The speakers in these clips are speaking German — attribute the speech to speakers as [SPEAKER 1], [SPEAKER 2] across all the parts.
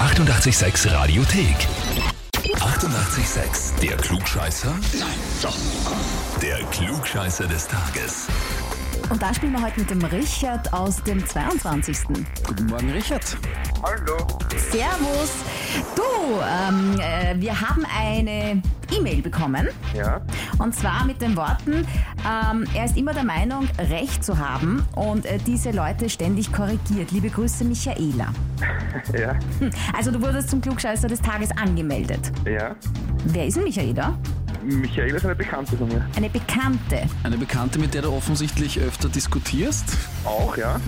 [SPEAKER 1] 886 Radiothek. 88,6. Der Klugscheißer? Nein, doch. Der Klugscheißer des Tages.
[SPEAKER 2] Und da spielen wir heute mit dem Richard aus dem 22.
[SPEAKER 3] Guten Morgen, Richard.
[SPEAKER 4] Hallo.
[SPEAKER 2] Servus. Du, ähm, äh, wir haben eine E-Mail bekommen.
[SPEAKER 4] Ja.
[SPEAKER 2] Und zwar mit den Worten, ähm, er ist immer der Meinung, Recht zu haben und äh, diese Leute ständig korrigiert. Liebe Grüße, Michaela.
[SPEAKER 4] Ja.
[SPEAKER 2] Hm, also du wurdest zum Klugscheißer des Tages angemeldet.
[SPEAKER 4] Ja.
[SPEAKER 2] Wer ist denn Michaela?
[SPEAKER 4] Michael ist eine Bekannte von mir.
[SPEAKER 2] Eine Bekannte.
[SPEAKER 3] Eine Bekannte, mit der du offensichtlich öfter diskutierst.
[SPEAKER 4] Auch, ja.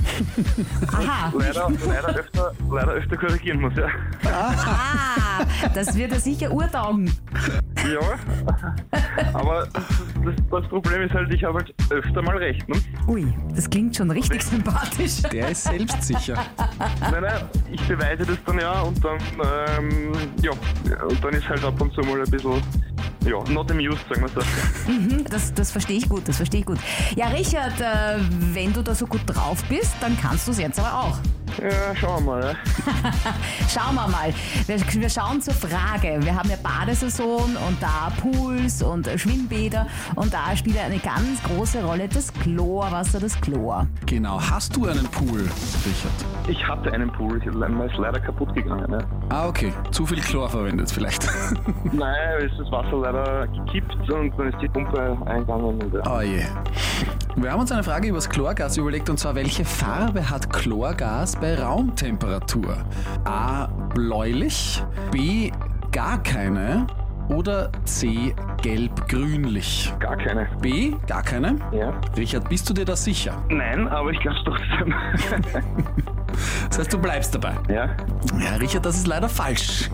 [SPEAKER 2] Aha.
[SPEAKER 4] Leider, leider, öfter, leider öfter korrigieren muss, ja.
[SPEAKER 2] Ah, das wird er sicher urtaugen.
[SPEAKER 4] Ja. Aber das, das, das Problem ist halt, ich habe halt öfter mal recht, ne?
[SPEAKER 2] Ui, das klingt schon richtig sympathisch.
[SPEAKER 3] Der ist selbstsicher.
[SPEAKER 4] Nein, nein, ich beweise das dann ja und dann, ähm, ja. Und dann ist halt ab und zu mal ein bisschen, ja, not amused, sagen wir so.
[SPEAKER 2] Das, das verstehe ich gut, das verstehe ich gut. Ja, Richard, äh, wenn du da so gut drauf bist, dann kannst du es jetzt aber auch.
[SPEAKER 4] Ja, schauen wir mal, ja.
[SPEAKER 2] Schauen wir mal. Wir, wir schauen zur Frage. Wir haben ja Badesaison und da Pools und Schwimmbäder und da spielt eine ganz große Rolle das Chlorwasser, das Chlor.
[SPEAKER 3] Genau. Hast du einen Pool, Richard?
[SPEAKER 4] Ich hatte einen Pool, der ist leider kaputt gegangen, ja.
[SPEAKER 3] Ah, okay. Zu viel Chlor verwendet vielleicht.
[SPEAKER 4] Nein, ist das Wasser leider gekippt und dann ist die Pumpe eingegangen und ja.
[SPEAKER 3] Oh je. Wir haben uns eine Frage über das Chlorgas überlegt und zwar, welche Farbe hat Chlorgas bei Raumtemperatur? A. Bläulich, B. Gar keine oder C. Gelb-grünlich?
[SPEAKER 4] Gar keine.
[SPEAKER 3] B. Gar keine?
[SPEAKER 4] Ja.
[SPEAKER 3] Richard, bist du dir das sicher?
[SPEAKER 4] Nein, aber ich glaube es trotzdem.
[SPEAKER 3] Das heißt, du bleibst dabei.
[SPEAKER 4] ja?
[SPEAKER 3] Ja, Richard, das ist leider falsch.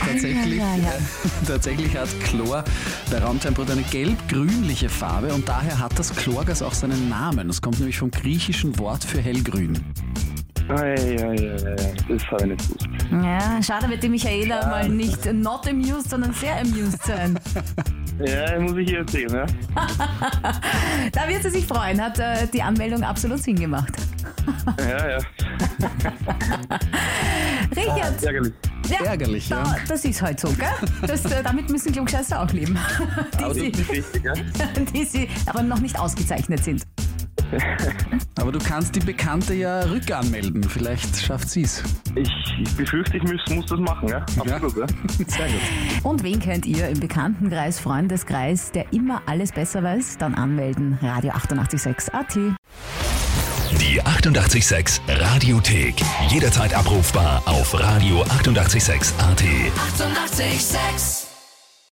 [SPEAKER 3] Tatsächlich,
[SPEAKER 2] Ja, ja, ja.
[SPEAKER 3] äh, tatsächlich hat Chlor bei Raumtemperatur eine gelb-grünliche Farbe und daher hat das Chlorgas auch seinen Namen. Das kommt nämlich vom griechischen Wort für hellgrün.
[SPEAKER 4] Ah, Das habe ich nicht gewusst.
[SPEAKER 2] Ja, schade wird die Michaela mal nicht not amused, sondern sehr amused sein.
[SPEAKER 4] Ja, muss ich hier sehen, ja?
[SPEAKER 2] Da wird sie sich freuen, hat äh, die Anmeldung absolut Sinn gemacht.
[SPEAKER 4] Ja, ja.
[SPEAKER 2] Richard,
[SPEAKER 4] Ärgerlich.
[SPEAKER 2] ja,
[SPEAKER 3] Ärgerlich,
[SPEAKER 2] da,
[SPEAKER 3] ja.
[SPEAKER 2] das ist halt so, gell? Das, äh, damit müssen Klugscheißer auch leben.
[SPEAKER 4] Aber das
[SPEAKER 2] Die,
[SPEAKER 4] ist nicht wichtig, ja?
[SPEAKER 2] sie, die sie aber noch nicht ausgezeichnet sind.
[SPEAKER 3] Aber du kannst die Bekannte ja rückanmelden. Vielleicht schafft sie es.
[SPEAKER 4] Ich, ich befürchte, ich muss, muss das machen, ja? Absolut, ja?
[SPEAKER 3] Sehr gut.
[SPEAKER 2] Und wen könnt ihr im Bekanntenkreis, Freundeskreis, der immer alles besser weiß, dann anmelden. Radio 886 AT.
[SPEAKER 1] Die 88,6 Radiothek. Jederzeit abrufbar auf radio886.at. 88,6.
[SPEAKER 5] Eighty-eight, sex.